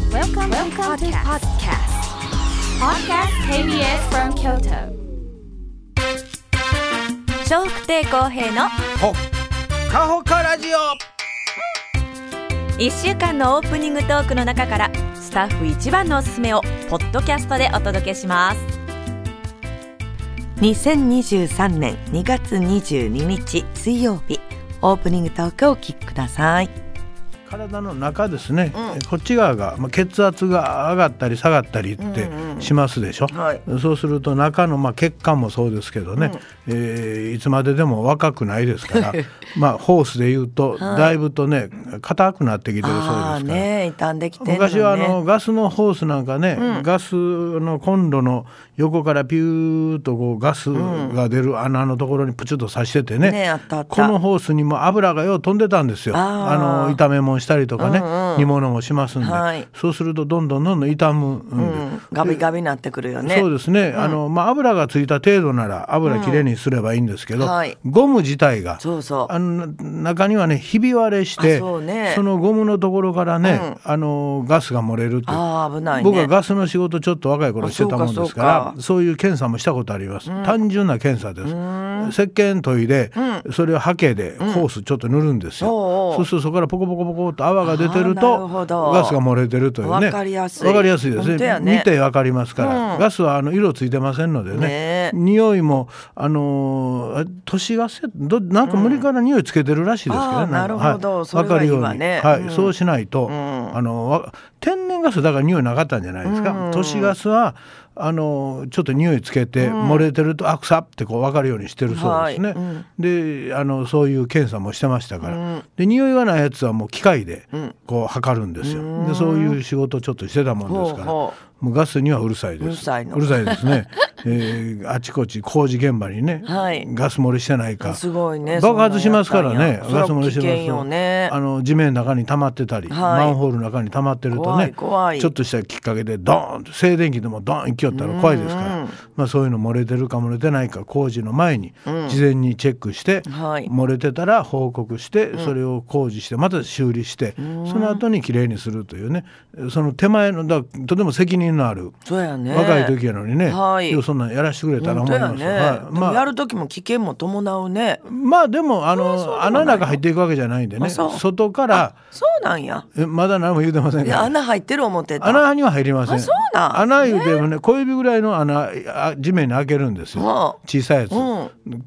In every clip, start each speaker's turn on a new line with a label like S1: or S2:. S1: Welcome to
S2: Welcome, to podcast.
S1: Podcast KBS from Kyoto.
S2: 笑福亭公平の
S3: ほっかほかラジオ
S2: 1週間のオープニングトークの中からスタッフ一番のおすすめをポッドキャストでお届けします
S4: 2023年2月22日水曜日オープニングトークをお聞きください
S3: 体の中ですね、こっち側が、まあ、血圧が上がったり下がったりってしますでしょ、
S4: はい
S3: そうすると中の、まあ、血管もそうですけどね、えーいつまででも若くないです からまあホースで言うとだいぶとね硬くなってきてるそうです
S4: あ
S3: から
S4: あ。ね傷んできてるのね
S3: 昔はあのガスのホースなんかね、ガスのコンロの横からピューっとこうガスが出る穴のところにプチュッと刺しててね,、
S4: ねあったあった
S3: このホースにも油がよう飛んでたんですよあ
S4: あー
S3: の炒め物したりとかね、煮物もしますんで、
S4: はい
S3: そうするとどんどんどんどん傷むんで、
S4: うんガビガビになってくるよね
S3: そうですね、あのまあ、油がついた程度なら油きれいにすればいいんですけど、
S4: うんはい
S3: ゴム自体が
S4: そうそう
S3: あの中にはねひび割れして
S4: あそうね
S3: のゴムのところからね、あのガスが漏れるっていう
S4: ああ危ないね
S3: 僕はガスの仕事ちょっと若い頃してたもんですから
S4: あそうか
S3: そう
S4: そう
S3: いう検査もしたことあります、単純な検査です石鹸研いで、それをハケでホースちょっと塗るんですよ、
S4: おうおう
S3: そうするとそこからポコポコポコっと泡が出てる
S4: あーなる
S3: と
S4: ほど
S3: ガスが漏れてるというね
S4: わかりやすい
S3: わかりやすいです
S4: 本当
S3: ね
S4: やね
S3: 見てわかりますから、
S4: うん
S3: ガスはあの色ついてませんのでね
S4: ねえ
S3: 匂いもあのー都市ガスどなんか無理から匂いつけてるらしいですけどね、
S4: あー
S3: なんか
S4: なるほど
S3: はい
S4: それはいいわね
S3: わかるように
S4: う
S3: は
S4: ん
S3: い、そうしないと、あのわ天然ガスだから匂いなかったんじゃないですか、都市ガスはあのちょっと匂いつけて漏れてると、あくさってこう分かるようにしてるそうですね、
S4: はいうん
S3: であのそういう検査もしてましたから、で匂いがないやつはもう機械でこう測るんですよ、でそういう仕事ちょっとしてたもんですから、
S4: ほうほ
S3: もうガスにはうるさいです
S4: うるさいの
S3: ですね、 えーあちこち工事現場にね、
S4: はい
S3: ガス漏れしてないか
S4: すごいね
S3: 爆発しますからね
S4: そんなんや
S3: ガ
S4: った
S3: ス
S4: んや
S3: 漏れして
S4: それ
S3: ま
S4: は
S3: す
S4: 危険よね
S3: あの地面の中に溜まってたり、
S4: はい
S3: マンホールの中に溜まってるとね
S4: 怖い怖い
S3: ちょっとしたきっかけでドーンと静電気でもドーン行きよったら怖いですから、まあ、そういうの漏れてるか漏れてないか工事の前に事前にチェックして、
S4: はい
S3: 漏れてたら報告して、それを工事してまた修理して、その後にきれいにするというねその手前のだからとても責任のある
S4: そうやね
S3: 若い時やのにね、
S4: はい
S3: ようそんなんやらしてくれたら
S4: 本
S3: 思
S4: 当
S3: いま
S4: や
S3: す
S4: ね
S3: よ、はい
S4: でもや
S3: まあ
S4: る時も危険も伴うね
S3: まあでもあの穴の中入っていくわけじゃないんでね
S4: あそう
S3: 外から
S4: そうなんや
S3: えまだ何も言うてません
S4: い
S3: か
S4: や
S3: ら
S4: 穴入ってる思ってた
S3: 穴には入りません
S4: あそうなん
S3: 穴言うてもね小指ぐらいの穴あ地面に開けるんですよ
S4: はあ
S3: 小さいやつ、
S4: う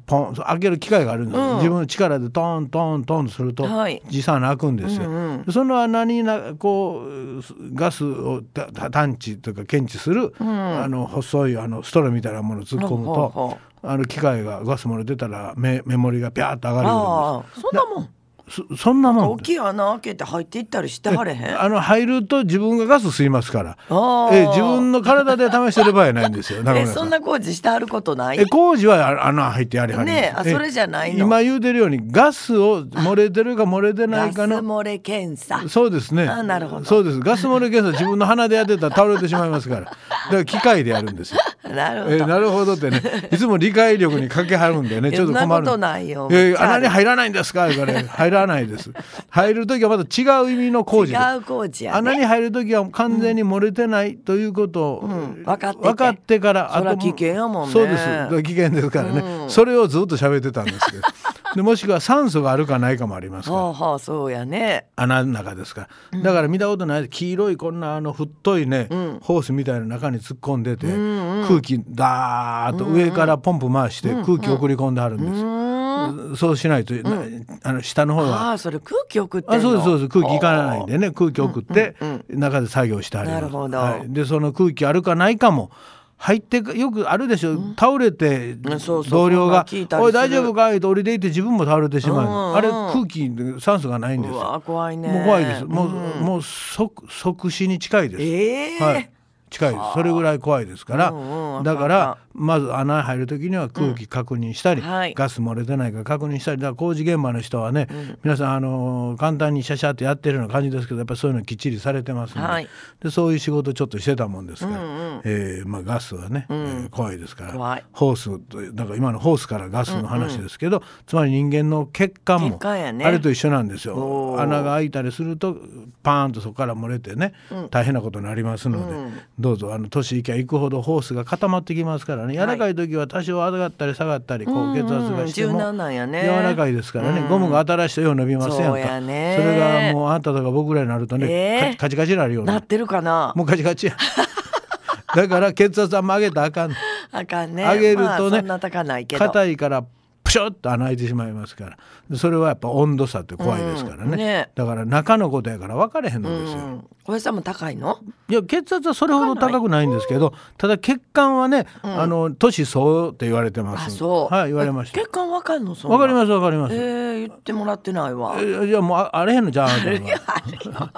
S3: ポンそう開ける機械があるんですよ、
S4: うん
S3: 自分の力でトントントンとすると
S4: はい
S3: 小さな穴開くんですよ、その穴になこうすガスをたた探知というか検知する、あの細いあのストローみたいなものを突っ込む
S4: ほうほう
S3: と
S4: ほ
S3: あの機械がガス漏れ出たらメメモリがピャーッと上がるよ
S4: ああそんなも
S3: う
S4: ん
S3: ですそそんなもん
S4: 大きい穴開けて入っていったりしてはれへん
S3: あの入ると自分がガス吸いますから
S4: あー
S3: ええ自分の体で試してる場合やないんです よ中
S4: え
S3: 村さ
S4: そん
S3: ん。
S4: な工事してあることない
S3: え工事はあ穴入ってやりはります
S4: ねえあ
S3: え
S4: それじゃないの
S3: 今言うてるようにガスを漏れてるか漏れてな
S4: ガ
S3: い
S4: ス
S3: かの
S4: 漏れ検査
S3: そうですね
S4: あなるほど
S3: そうですガス漏れ検査自分の鼻でやってたら倒れてしまいますからだから機械でやるん ですよ。
S4: なるほ
S3: え
S4: ど、
S3: なるほどってねいつも理解力に欠けはるんでね
S4: いや
S3: ちょっと困る
S4: そんなことないよ
S3: え穴に入らないんですか?」言うから「入らないです」入る時はまた違う意味の工事です
S4: 違う工事やね
S3: 穴に入る時は完全に漏れてないということを、
S4: ん分かってて
S3: 分かってから
S4: そり
S3: あ
S4: ゃ
S3: とも
S4: 危険やもんね
S3: そうですだから危険ですからね、それをずっと喋ってたんです けどでもしくは酸素があるかないかもありますから
S4: はあはあそうやね
S3: 穴の中ですからだから見たことない黄色いこんなあの太いね、ホースみたいな中に突っ込んでて、空気ダーッと上からポンプ回して空気送り込んであるんですよ、そうしないと、なあの下の方は
S4: ああそれ空気送ってんの
S3: あそうですそうです空気いかないんでね空気送って中で作業してあります、
S4: なるほど
S3: はい、でその空気あるかないかも入ってくよくあるでしょ、倒れて
S4: んそうそう
S3: 同僚が
S4: そんなん聞
S3: 「
S4: いたりする
S3: おい大丈夫か?」って降りていって自分も倒れてしまうの、
S4: うんうん
S3: あれ空気酸素がないんです
S4: う
S3: よ
S4: わ怖いね
S3: もう怖いですもう,、もう即即死に近いです、
S4: ええ
S3: はい近いですそれぐらい怖いですから、
S4: うんうん
S3: だか
S4: わ
S3: らまず穴入る時には空気確認したり、
S4: うんはい
S3: ガス漏れてないか確認したりだから工事現場の人はね、皆さん、あのー簡単にシャシャってやってるような感じですけどやっぱりそういうのきっちりされてますので,、
S4: はい
S3: でそういう仕事ちょっとしてたもんですから、
S4: うんうん
S3: えーまあ、ガスはね、えー怖いですから
S4: 怖い
S3: ホースというだから今のホースからガスの話ですけど、つまり人間の血管も
S4: 血管やね
S3: あれと一緒なんです
S4: お
S3: よ。
S4: ー
S3: 穴が開いたりするとパーンとそこから漏れてね、大変なことになりますので、どうぞあの年いきゃいくほどホースが固まってきますからね柔らかい時は多少上がったり下がったり
S4: うんう
S3: 高
S4: ん
S3: 血圧がして
S4: 柔
S3: も
S4: 軟なんやね
S3: 柔らかいですからね、ゴムが新しいよう伸びますやん
S4: そうや
S3: か
S4: ね
S3: それがもうあんたとか僕らになるとね、
S4: えー
S3: カチカチになるよう
S4: な
S3: な
S4: ってるかな
S3: もうカチカ チやだから血圧あんま上げたらあかん
S4: あかんね
S3: 上げる
S4: まあ
S3: とね
S4: そんな高ないけど
S3: 硬いからプシュッと穴開いてしまいますからでそれはやっぱ温度差って怖いですからね,、
S4: うんね
S3: だから中のことやから分かれへんの
S4: う
S3: ですよ、
S4: んおやさんも高いの
S3: いや血圧はそれほど高くないんですけどただ血管はね、あの年相応って言われてます
S4: あそう
S3: はい言われました
S4: 血管わかんのそんな
S3: わかりますわかります、
S4: えー、言ってもらってないわ
S3: えいやもうああれへんのじゃああんたのは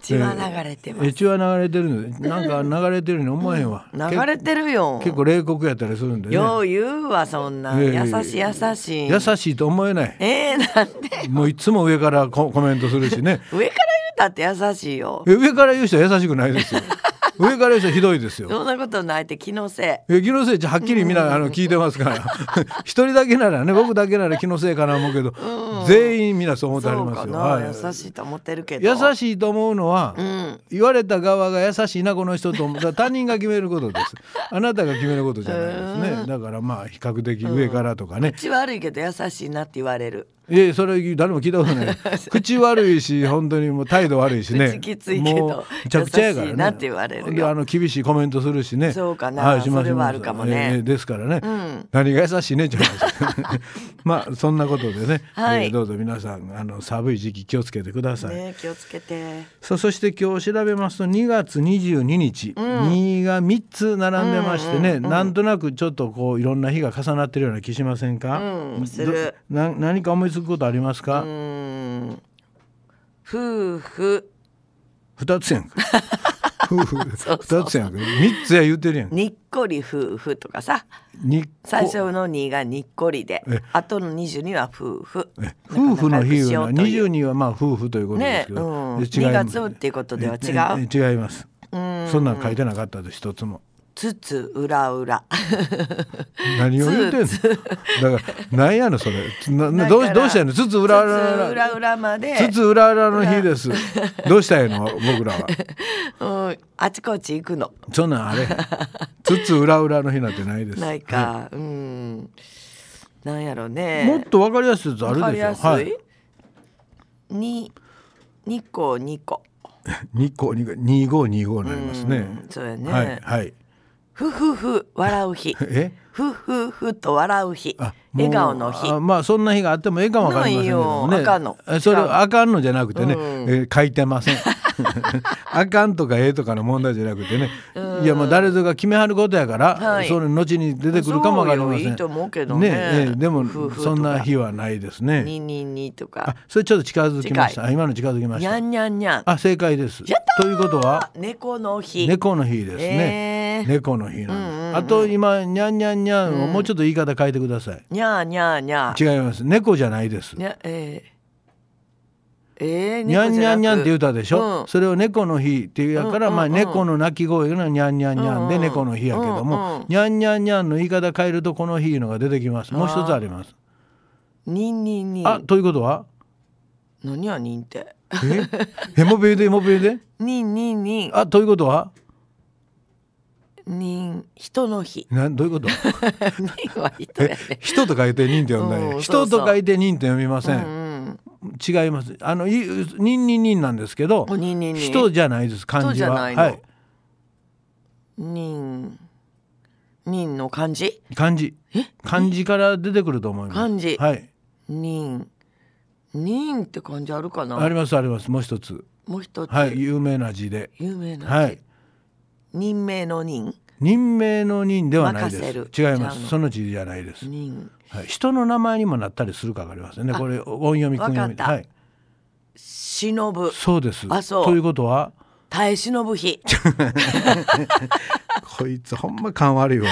S4: 血は流れてます、
S3: え血は流れてるのでなんか流れてるように思えへんわ、
S4: 流れてるよ
S3: け結構冷酷やったりするんでね
S4: よう言うわそんな、
S3: いやいやいや
S4: 優しい優しい
S3: 優しいと思えない
S4: えー、なんで
S3: もういつも上からココメントするしね
S4: 上から言うたって優しいよ
S3: え上から言う人は優しくない ですよ上から言う人はひどいですよ
S4: そんなことないって気のせ
S3: え気のせいじゃはっきりみんなあの聞いてますから 一人だけならね僕だけなら気のせいかな思うけど全員みんなそう思っ
S4: い
S3: てあり
S4: そう
S3: ま
S4: か
S3: す
S4: な、
S3: よはい
S4: 優しいと思ってるけど
S3: 優
S4: い
S3: しいと思うのは、言われた側が優しいなこの人と思うだから他人が決めることですあなたが決めることじゃないですねだからまあ比較的上からとかね、
S4: 口悪いけど優しいなって言われる
S3: いやいやそれ誰も聞いたことない 口悪いし本当にもう態度悪いしね
S4: 口きついけど
S3: もうめちゃくちゃやからね
S4: 優しいなって言われるよ
S3: であの厳しいコメントするしね
S4: そうかな
S3: します
S4: それはあるかもね
S3: しますええですからね、何が優しいねんちゃ いますまあそんなことでね、
S4: はい
S3: えーどうぞ皆さんあの寒い時期気をつけてください、
S4: ね気をつけて
S3: さあそして今日調べますと2月22日、2が3つ並んでましてね、なんとなくちょっとこういろんな日が重なってるような気しませんか、
S4: うんする
S3: どな何か思いつくことありますか、
S4: うーん夫婦
S3: 二つや んか。夫婦二つやんか。三つや言うてるやんか。
S4: にっこり夫婦とかさ
S3: にっこ
S4: 最初の2がにっこりで
S3: え
S4: 後の22は夫婦
S3: え夫婦の日は
S4: なかなか
S3: 二
S4: し
S3: 十
S4: ようという
S3: 二はまあ夫婦ということですけど、
S4: ねえうん
S3: で違います
S4: 二月っていうことでは違う
S3: ええ違います。そんなん書いてなかったです一つも。
S4: つつうらうら
S3: 何を言うてんの。だからなんやのそれ。ななどう
S4: だ
S3: し
S4: から
S3: どうしたんの。つつ
S4: つつう
S3: 裏裏裏。
S4: らうらまで
S3: つつ裏裏の日です。どうしたんやの僕らは。
S4: うん、あちこち行くの
S3: そんなんあれ。つつ裏裏の日なんてないです。
S4: ないか、うんなんやろうね
S3: もっとわかりやすいやつある
S4: わかり
S3: でしょ。
S4: やすい、に2個2個
S3: 二個二個二五二五になりますね。
S4: うんそうやね
S3: はいはい。
S4: ふふふ笑 う日
S3: え
S4: ふふふと笑う日
S3: あもう
S4: 笑顔の日
S3: あまあそんな日があってもええかもわかりませんけども
S4: ない
S3: ね。
S4: よあかんの
S3: えそれ
S4: 違う
S3: あかんのじゃなくてね、
S4: うん
S3: えー書いて ません。あかんとかええとかの問題じゃなくてね、いやまあ誰ぞが決めはることやから、
S4: はい
S3: それ後に出てくるかもわかりません。
S4: そうよいいと思うけどね
S3: ええでも
S4: 夫婦とか
S3: そんな日はないですね。
S4: にににと
S3: あ
S4: か
S3: それちょっと近づきました。
S4: 近
S3: あ今の近づきまし
S4: にゃ
S3: た。
S4: んにゃんにゃん
S3: あ正解です。
S4: やったー
S3: ということは
S4: 猫の日
S3: 猫の日ですね。
S4: えー
S3: 猫の日なんです、あと今にゃんにゃんにゃんをもうちょっと言い方変えてください。
S4: にゃーにゃーにゃー
S3: 違います。猫じゃないです。
S4: にゃえー、えー、
S3: にゃんにゃんにゃんって言う
S4: と
S3: たでしょ、
S4: うん
S3: それを猫の日っていうやから、まあ猫の鳴き声がにゃんにゃんにゃんで猫の日やけども、
S4: うんうん
S3: にゃんにゃんにゃんの言い方変えるとこの日いうのが出てきますもう一つあります
S4: にんにんにん
S3: あということは
S4: 何やにんって
S3: えヘモペでヘモペ で
S4: にんにんにん
S3: あということは
S4: にん人の日
S3: なんどういうこ と
S4: にんは人や
S3: え
S4: ね
S3: 人と書いて人って呼んだり、
S4: うんそうそう
S3: 人と書いて人って読みません、
S4: うん
S3: 違いますあのい人人人なんですけど
S4: おにんにんにん
S3: 人じゃないです漢字は
S4: 人じゃないの
S3: はい
S4: にんにんの漢字
S3: 漢字漢字から出てくると思います
S4: 漢字
S3: はい
S4: にんにんって漢字あるかな
S3: ありますありますもう一つ
S4: もう一つ、
S3: はい有名な字で
S4: 有名な字、
S3: はい
S4: 任命の任
S3: 任命の任ではないで
S4: 任
S3: す
S4: せる
S3: 違いま
S4: 違う
S3: す
S4: の
S3: その字じゃないです、
S4: 任
S3: はい、人の名前にもなったりするかわかりませんねこれ音読み訓読み
S4: わかった
S3: はい
S4: 忍ぶ
S3: そうです
S4: あそう
S3: ということは
S4: 耐え忍ぶ日。
S3: こいつほんま感 悪いわ。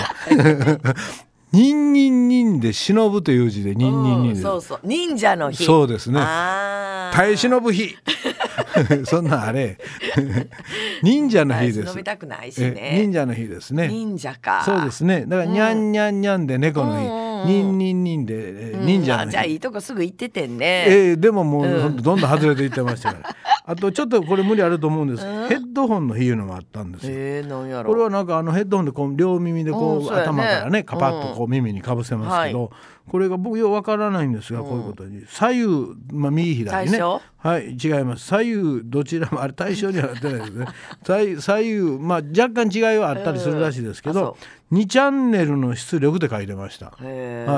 S3: ニンニンニンで忍ぶという字でニンニンニン
S4: うん
S3: で。
S4: そうそう。忍者の日。
S3: そうですね
S4: あー
S3: 耐え忍ぶ 日。そんなんあれ。忍者の日
S4: 耐
S3: で
S4: え
S3: す
S4: 忍び。たくないし
S3: え忍
S4: ね。
S3: 者の日ですね。
S4: 忍者か。
S3: そうですね。だからにゃんにゃんにゃんで猫
S4: うんう
S3: の
S4: ん
S3: 日、ニンニンニンでえ
S4: うん。
S3: 忍者
S4: あ
S3: の
S4: じゃあい
S3: 日。
S4: いとこすぐ行っててんね。
S3: えーでももうほんとどんどん外れていってましたから。あとちょっとこれ無理あると思うんですけど。ヘッドホンの日いうのもあったんですよ。
S4: えー、なんやろ。
S3: これはなんかあのヘッドホンでこう両耳でこ
S4: うん
S3: う
S4: そうやね
S3: 頭からねカパッとこう耳にかぶせますけ
S4: は
S3: どこれが僕ようわからないんですがこういうことに左右まあ右左ね
S4: 対称
S3: はい違います左右どちらもあれ対象にはなってないですね 左左右まあ若干違いはあったりするらしいですけ
S4: うんあそ
S3: ど2チャンネルの出力って書いてました。
S4: へー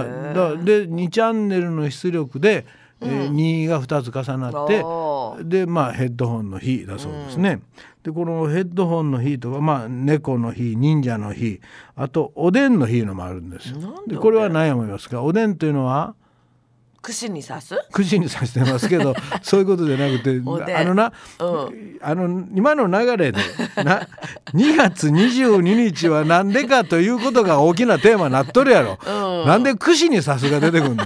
S3: はい、だで2チャンネルの出力で、えー2が2つ重なって
S4: おー
S3: でまあヘッドホンの日だそうですね。でこのヘッドホンの日とか、まあ、猫の日忍者の日あとおでんの日のもあるんですよ。でこれは何や思いますかおでんというのは
S4: 串に刺す
S3: 口にさしてますけ どそういうことじゃなくて
S4: おでん
S3: あのな、あの今の流れでな2月22日はなんでかということが大きなテーマになっとるやろ、なんで串にさすが出てくんね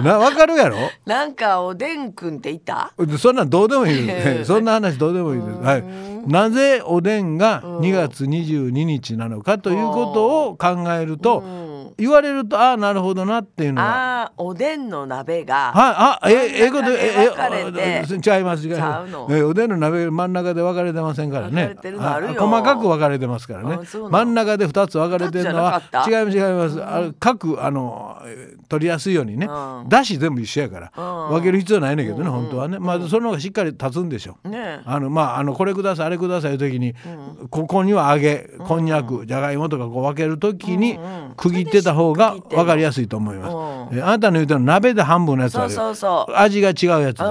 S3: んなわかるやろ
S4: なんかおでんくんっていた
S3: そんなんどうでもいいですそんな話どうでもいいです、はい、なぜおでんが2月22日なのかということを考えると言われるとああなるほどなっていうのは
S4: あーおでんの鍋が
S3: はい、あ、え、ええ
S4: 真
S3: こ
S4: ん中
S3: と、
S4: で
S3: え、え
S4: 分かれて
S3: あ、違います、違い
S4: ちゃう
S3: ま
S4: の
S3: す。え、おでんの鍋、真ん中で分かれてませんから
S4: 分か
S3: ね
S4: れてる。のあ
S3: あ
S4: るよ
S3: 細かく分かれてますからね
S4: あそうな。の
S3: 真ん中で二つ分かれてるのは
S4: 二つじゃなかっ、
S3: 違い
S4: た
S3: ます、違います。あの、各、あの、えー取りやすいようにね
S4: うん。
S3: だし全部一緒やから、
S4: うん
S3: 分ける必要ないねんけどね、本当はね、まあ、その方がしっかり立つんでしょ
S4: ねえ
S3: あのまあ、あのこれくださいあれくださいいう時に、ここには揚げこんにゃくじゃがいもとかこう分ける時に区切ってた方が
S4: 区切ってんの
S3: 分かりやすいと思います、えあなたの言うたの鍋で半分のやつあるよ
S4: そうそうそう
S3: 味が違うやつで、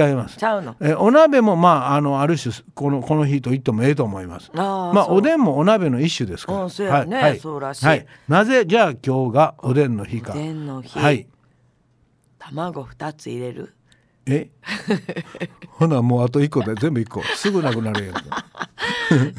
S3: 違います
S4: ちゃうの
S3: えお鍋もまああのある種このこの日と言ってもええと思います
S4: あー
S3: まあ
S4: そう
S3: おでんもお鍋の一種ですから、
S4: うんそうやね
S3: はいはい
S4: そうらしい
S3: はい、なぜじゃあ今日がおでんの日か
S4: おでんの日
S3: はい
S4: 卵二つ入れる
S3: えほなもうあと一個で全部一個すぐなくなるやんか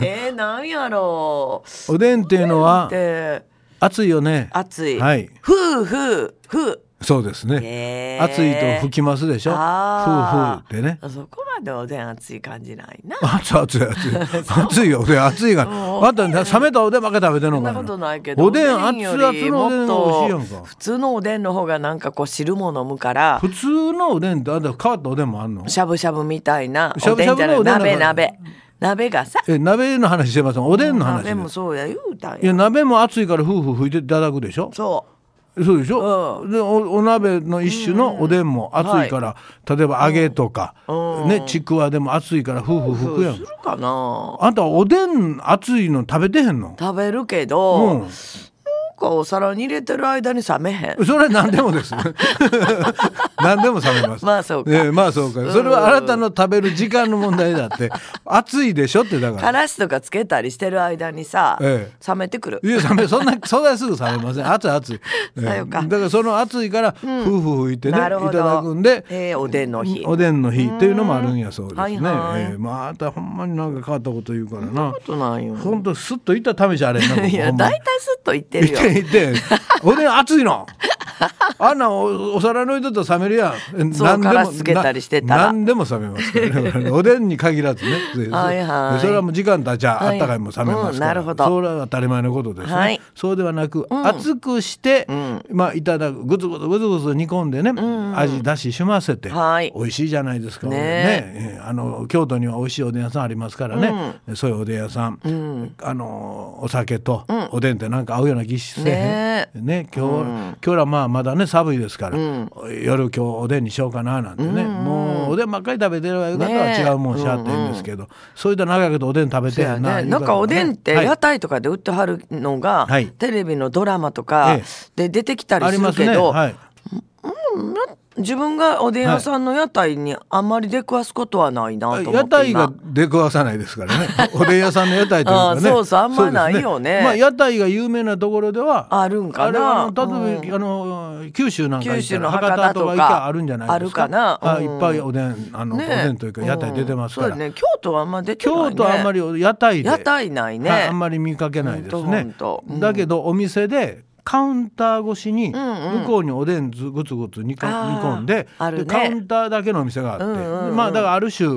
S4: えー、なんやろう
S3: おでんっていうのは
S4: で
S3: 暑いよね。
S4: 暑い、
S3: はい
S4: ふうふうふう
S3: そうです
S4: へ
S3: ね。
S4: ー
S3: 暑いと吹きますでしょ。ふうふ
S4: あー
S3: うってね。
S4: そこまでおでん熱い感じないな
S3: 暑い暑い暑い暑い よおでん暑いがあんた冷めたおでんばっか食べてん
S4: そ
S3: の
S4: ん
S3: か
S4: なことないけど
S3: おでん
S4: お
S3: 熱
S4: より
S3: 々のおでんの方が美味
S4: もっ
S3: しい
S4: と
S3: やんか
S4: 普通のおでんの方がなんかこう汁も飲むから
S3: 普通のおでんってあんた変わったおでんもあんの
S4: しゃぶしゃぶみたいな
S3: しゃぶしゃぶの
S4: お
S3: お
S4: で
S3: で
S4: ん
S3: ん
S4: じゃ
S3: だか
S4: ない鍋
S3: ら
S4: 鍋鍋がさ
S3: え鍋の話してますおでんの話で
S4: 鍋もそうや言う
S3: い
S4: たん
S3: や
S4: や
S3: 鍋も暑いから夫婦吹いていただくでしょ
S4: そ
S3: そうでしょ、でおお鍋の一種のおでんも暑いから、例えば揚げとか、ねちくわでも暑いから夫婦
S4: う
S3: 吹
S4: そ
S3: く
S4: う
S3: やん
S4: するかな
S3: あんたおでん熱いの食べてへんの
S4: 食べるけ
S3: う
S4: ど、
S3: ん、
S4: なんかお皿に入れてる間に冷めへん
S3: それは何でもです 何でも冷めます
S4: まあそうか
S3: ええまあそうかそれはあなたの食べる時間の問題だ って熱いでしょってだか
S4: かららしとかつけたりしてる間にさ、
S3: ええ
S4: 冷めてくる
S3: いや冷めそんなそんなすぐ冷めま せん熱い熱い、ええ
S4: さよか
S3: だからその熱いから夫婦吹いてね、
S4: ないるほど
S3: ただくんで、
S4: ええおでんの日
S3: おでんの日っていうのもあるんやそうですね、
S4: はいはい
S3: ええまああなたほんまになんか変わったこと言うからな
S4: そうなんよ
S3: ほんとスッといった試しあれんな
S4: いや
S3: ほんま
S4: 大
S3: に
S4: 体すっと言ってる
S3: 行
S4: よ
S3: って行 っておでん熱いのあんなおお皿のいとったら冷めるやん
S4: そう
S3: 何でも
S4: からつけたりしてたら
S3: な何でも冷めますから ねおでんに限らずねで
S4: はいはい
S3: それはもう時間経っちゃ
S4: は
S3: あ
S4: い
S3: ったかいもん冷めますから、
S4: うんなるほど
S3: それは当たり前のことですね、
S4: はい
S3: そうではなく、熱くして、まあいただくぐつぐつぐつぐつ煮込んでね、味出ししませて、
S4: はい
S3: 美味しいじゃないですか
S4: ね
S3: ねええあの京都には美味しいおでん屋さんありますからね、そういうおでん屋さん、あのお酒とおでんってなんか合うような気しせえへん
S4: ね
S3: ね今日、今日らまあまだね寒いですから、夜今日おでんにしようかななんてね、もうおでんばっかり食べてればよかったら
S4: ねえ
S3: 違うもんしゃあっていいんですけど、そういった長いことおでん食べて
S4: そう
S3: や
S4: や
S3: な、
S4: ね、なんかおでんって
S3: はい
S4: 屋台とかで売ってはるのが、
S3: はい
S4: テレビのドラマとか
S3: ええ
S4: で出てきた
S3: あ
S4: り
S3: り
S4: す
S3: ま
S4: る
S3: す
S4: け
S3: ね
S4: ど、
S3: はい
S4: な自分がおでん屋さんの屋台にあんまり出くわすことはないなと思って今
S3: 屋台が出くわさないです からねおでん屋さんの屋台というかね
S4: あそうそうあんまないよね
S3: そうですまあ屋台が有名なところでは
S4: あるんか
S3: あれはあ
S4: な
S3: の例えば、あの九州なんか行ったら
S4: 九州の博
S3: 博
S4: 多
S3: 多と
S4: とか
S3: か行きゃあるんじゃないですか
S4: あるかな
S3: あ
S4: うん
S3: いっぱいおでんあの、
S4: ね
S3: おでんというか屋台出てますか
S4: うん
S3: ら、
S4: そうだね京都はあんま出てないね
S3: 京都はあんまり屋台で
S4: 屋台ないね、
S3: はいあんまり見かけないです
S4: ほ
S3: ね
S4: んとほんとうん
S3: だけどお店でカウンター越しに
S4: んうん
S3: 向こうにおでんずぐつぐつ煮こ煮
S4: あー
S3: 込んで,、
S4: あるね
S3: でカウンターだけのお店があって、
S4: うんうんうん
S3: まあだからある種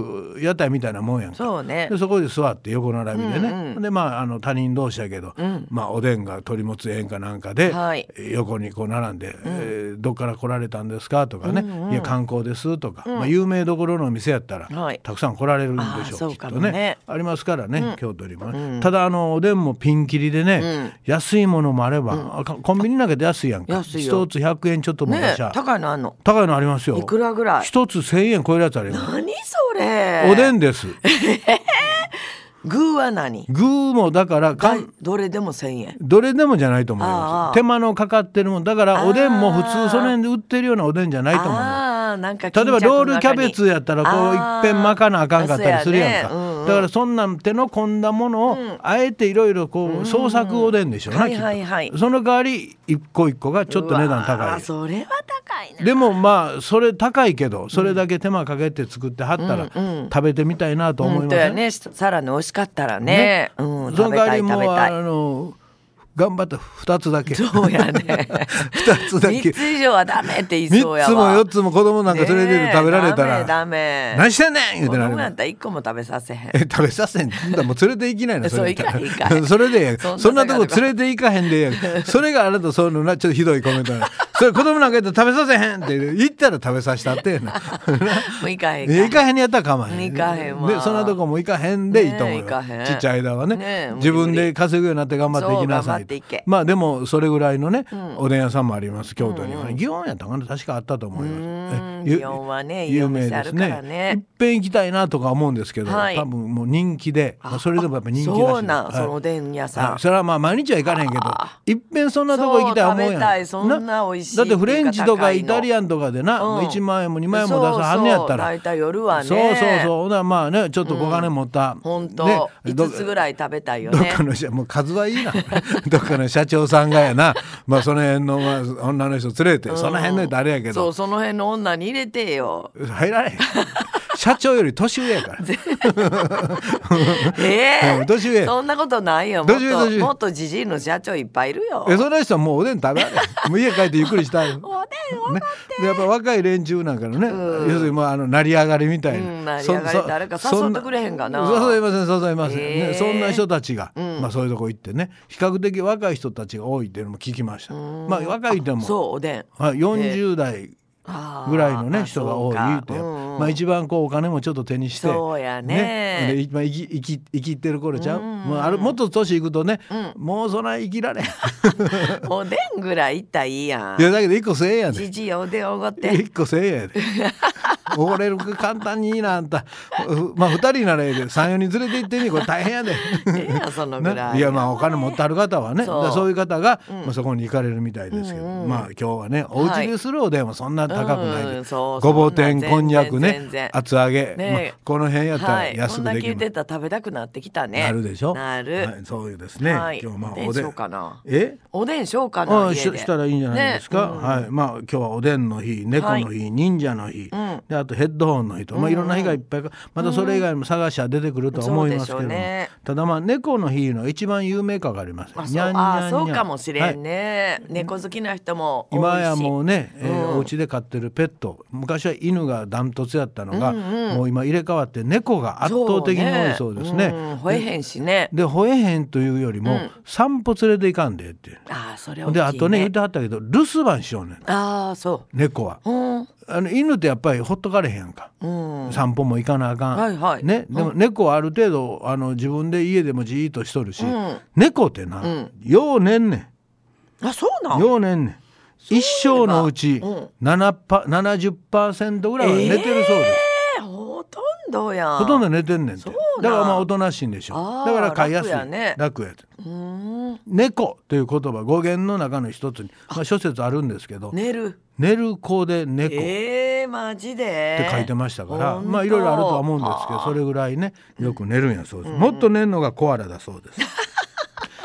S3: 屋台みたいなもんやんか
S4: そうね
S3: でそこで座って横並びでね、
S4: うんう
S3: でまああの他人同士やけど、まあ、おでんが鳥もつ縁かなんかで、
S4: はい
S3: 横にこう並んで、えーどっから来られたんですか?」とかね、いや観光です」とか、まあ、有名どころのお店やったら、
S4: はい
S3: たくさん来られるんで
S4: あー
S3: し
S4: そ
S3: ょ
S4: う
S3: うき
S4: か
S3: っ
S4: も
S3: とね
S4: ね
S3: ありますからね、京都にもね、ただあのおでんもピンキリでね、安いものもあれば、あかコンビニなんかで安いやんか
S4: 安い
S3: 一
S4: よ
S3: つ100円ちょっとも
S4: ね
S3: だしゃ、
S4: 高いのあんの
S3: 高いのありますよ
S4: いくらぐらい
S3: 一つ1000円超えるやつあります
S4: 何それ
S3: おで
S4: ん
S3: んです
S4: 具は何
S3: 具もだからかん
S4: 大どれでも1000円
S3: どれでもじゃないと思い
S4: あ
S3: ま
S4: あ
S3: す手間のかかってるもんだからおでんも普通その辺で売ってるようなおでんじゃないと思います
S4: ああなんか
S3: 例えば
S4: 巾着の
S3: ロー
S4: 中に
S3: ルキャベツやったらこういっぺん巻かなあかんかったりするやんか
S4: あーそうねうんうん
S3: だからそんなん手の込んだものをあえていろいろこう創作おでんでしょう
S4: は
S3: ないきっ
S4: はいはい
S3: とその代わり一個一個がちょっと値段
S4: うわ
S3: 高
S4: あ
S3: い
S4: それは高いな
S3: でもまあそれ高いけどそれだけ手間かけて作ってはったら食べてみたいなと思い
S4: 本
S3: ま
S4: 当
S3: す
S4: や
S3: ね
S4: ねさらに美味しかったらねうん
S3: その
S4: 食べ
S3: 代わ
S4: たい
S3: りも
S4: 食べ
S3: う
S4: た
S3: あ
S4: い
S3: の頑張って2つだけ
S4: そうや ね
S3: 2つだけ
S4: 三つ以上はダメって言い
S3: 三つ
S4: そ
S3: も
S4: うやわ
S3: 四つも子供なんか連れてて食べられた
S4: ねえダ
S3: ら
S4: メダメ
S3: 何してんねん言う
S4: 子
S3: てなる
S4: 供やったら一個も食べさせへん
S3: え食べさせんだからもう連れて行きないなれやったら
S4: そう行かへん行かへ ん
S3: それでええやん
S4: そんな
S3: そんなとこ連れて行かへんでええやんそれがあなたそういうのなちょっとひどいコメントやなそれ子供なんかやったら食べさせへんって言ったら食べさせたってやな
S4: もう行かへん
S3: 行かへんやったら構わへん
S4: 行かへんわ
S3: でそんなとこも行かへんでいいと思う
S4: ねえ
S3: よ
S4: 行かへん
S3: ちっちゃい間はね
S4: ねえ無理
S3: 自分で稼ぐようになって頑張っていきな
S4: そう頑
S3: さ
S4: 張っ
S3: い
S4: ていけ
S3: まあでもそれぐらいのね、おでん屋さんもあります京都には、祇園やったかな確かあったと思いますえゆ
S4: 祇園はねいいお店あるからね
S3: いっぺん行きたいなとか思うんですけど、
S4: はい
S3: 多分もう人気で、まあ、それでもやっぱ人気らしい
S4: そうなん、
S3: はい
S4: そのおでん屋さん
S3: はいそれはまあ毎日は行かねんけどいっぺんそんなとこ行きたい思う
S4: そ
S3: や
S4: う食
S3: ん
S4: べたいそんな美味しい
S3: だってフレンチと
S4: 高
S3: か
S4: いの
S3: イタリアンとかでな、
S4: うん
S3: 1万円も2万円も出さはんねやったら
S4: そうそう大体夜はね
S3: そうそうそうほなまあねちょっと小金持った、
S4: 本当、
S3: ね
S4: 5つぐらい食べたいよ
S3: どっ
S4: ね
S3: かの社もう数はいいな どっかの社長さんがやなまあその辺の、まあ、女の人連れて、その辺の人あれやけ
S4: そう
S3: ど
S4: その辺の女に入れて よ
S3: 入られへん社長より年上や から
S4: ええ
S3: うん年上
S4: そんなことないよもっ
S3: 年上
S4: と
S3: 年上
S4: もっとじじいの社長いっぱいいるよ
S3: えその人はもうおでん食べられ んもう家帰ってゆっくりしたいよ
S4: おでん
S3: ね、でやっぱ若い連中なんかのね、要するにもうあの成り上がりみたいな、
S4: うん成り上がり
S3: そんそ
S4: 誰か
S3: そん
S4: 誘ってくれへんかな
S3: 誘いません誘いません、
S4: へえ
S3: ね、そんな人たちが、まあ、そういうとこ行ってね比較的若い人たちが多いっていうのも聞きました、まあ若いでも
S4: そうおでん
S3: はい40代
S4: あー
S3: ぐらいの
S4: あ
S3: ね人が多い
S4: そう
S3: っ
S4: か
S3: て、
S4: うんうん
S3: まあ、一番こうお金もちょっと手にして
S4: そうやね
S3: ねでいまあ、生き生き生きってる頃ちゃう、もうあるもっと年いくとね、もうそない生きられんい
S4: おでんぐらいいったらいいやん
S3: やだけど一個1,000円やで
S4: じじいおでんおごって
S3: 一個千円やで 溺れるか簡単にいいなあんたうまあ二人ならええけど三四人連れて行ってねこれ大変やで
S4: ええやんそのぐら
S3: ね
S4: い
S3: いやまあお金持ってある方はね
S4: そう
S3: だからそういう方が、まあ、そこに行かれるみたいですけど、まあ今日はねお家でするおでんはそんな高くないで、
S4: うんそう
S3: ごぼう天
S4: そんな
S3: こんにゃく
S4: 全
S3: ね
S4: 然
S3: 厚揚げ、
S4: ね
S3: まあ、この辺やったら
S4: はいこ
S3: 安
S4: ん
S3: く
S4: だ
S3: で
S4: け
S3: き
S4: 言
S3: る、
S4: ってたら食べたくなってきたね
S3: なるでしょ
S4: なる、
S3: はい、そういうですね、
S4: はい
S3: 今日まあお
S4: おでんし
S3: で
S4: ようんかな
S3: え
S4: おでんしようか
S3: あ
S4: な
S3: あ
S4: 家
S3: し
S4: で
S3: したらいいんじゃないですか、はいまあ今日はおでんの日猫の日、忍者の日、であとヘッドホンの日と、まあ、いろんな日がいっぱいかまたそれ以外にも探しは出てくるとは思いますけども、
S4: そうでしょうね
S3: ただまあ猫の日の一番有名かがあります
S4: あ
S3: に
S4: そう
S3: ゃんにゃんにゃ
S4: あ
S3: ん
S4: そうかもしれん
S3: はい
S4: ね、猫好きな人も多いし
S3: 今やもうね、えーお家で飼ってるペット昔は犬がダントツやったのが、もう今入れ替わって猫が圧倒的に多いそうですね
S4: ん吠えへんしね
S3: で吠えへんというよりも、散歩連れて行かんでって、
S4: ああそれ大きい、ね、
S3: であとね言ってはったけど留守番しようねん
S4: ああそ
S3: 猫は。
S4: ううん
S3: あの犬ってやっぱりほっとかれへんやんか、
S4: うん
S3: 散歩も行かなあかん、
S4: はいはい
S3: ね、でも猫はある程度あの自分で家でもじーっとしとるし、猫ってな、ようねんね
S4: あそうなんん
S3: ようねんねん一生のうち、
S4: うん
S3: 7パ70%ぐらいは寝てるそうです、
S4: えーほとんどやん
S3: ほとんど寝てんねんて
S4: そ
S3: だか
S4: うなん
S3: らまあおとなしいんでしょ
S4: あー
S3: だから飼いやすい
S4: 楽やね
S3: 楽やと
S4: うーん
S3: 猫という言葉語源の中の一つにまあ諸説あるんですけど
S4: 寝る
S3: 寝る子で猫って
S4: えー、マジで
S3: 書いてましたから、
S4: ほんと
S3: まあいろいろあるとは思うんですけど
S4: はあ
S3: それぐらいねよく寝るんやそうです、もっと寝るのがコアラだそうです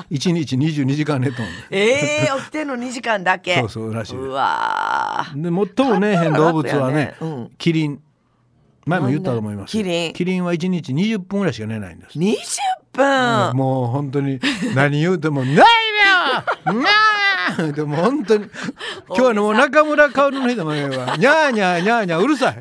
S3: 一日22時間寝とんねん
S4: えー、起きてんの2時間だけ
S3: そうそうらしいう
S4: わー
S3: で最もねえへん動物はね、
S4: 考えたら楽やねうん
S3: キリン前も言ったと思います
S4: なんでキリン
S3: キリンは1日20分ぐらいしか寝ないんです、
S4: 20分、
S3: もう本当に何言うても「ないよなあ!」でも本 当に今日のもう中村薫の人も言えば「にゃーにゃーにゃーにゃーうるさい」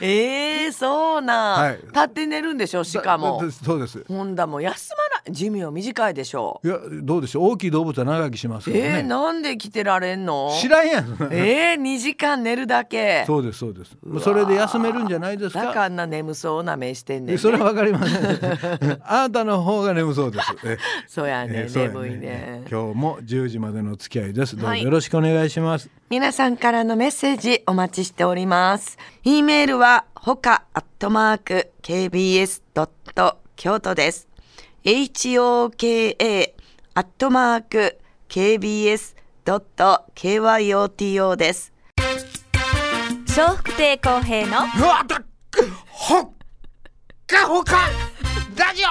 S4: えー、そうなん、
S3: はい
S4: 立って寝るんでしょしかも
S3: だだ そうです
S4: ほんだもう休まない寿命短いでしょ
S3: いやどうでしょう大きい動物は長生きします
S4: え
S3: から
S4: ー、
S3: ね、
S4: なんで生きてられんの
S3: 知らんやん、
S4: えー、2時間寝るだ け
S3: そうですそうですそれで休めるんじゃないです
S4: だ
S3: か
S4: からあんな眠そうな目してんねんね
S3: それはわかりません あなたの方が眠そうですえ
S4: そうやね、
S3: えーそうや
S4: 眠いね
S3: 今日も10時までのお付き合いですどうぞ
S2: はい
S3: よろしくお願いします、
S4: 皆さんからのメッセージお待ちしております。e メールは、ほか、アットマーク、kbs. 京都です。hoka、アットマーク、kbs.kyoto です。
S2: 笑福亭公平の
S3: うわだっほっかほかラジオ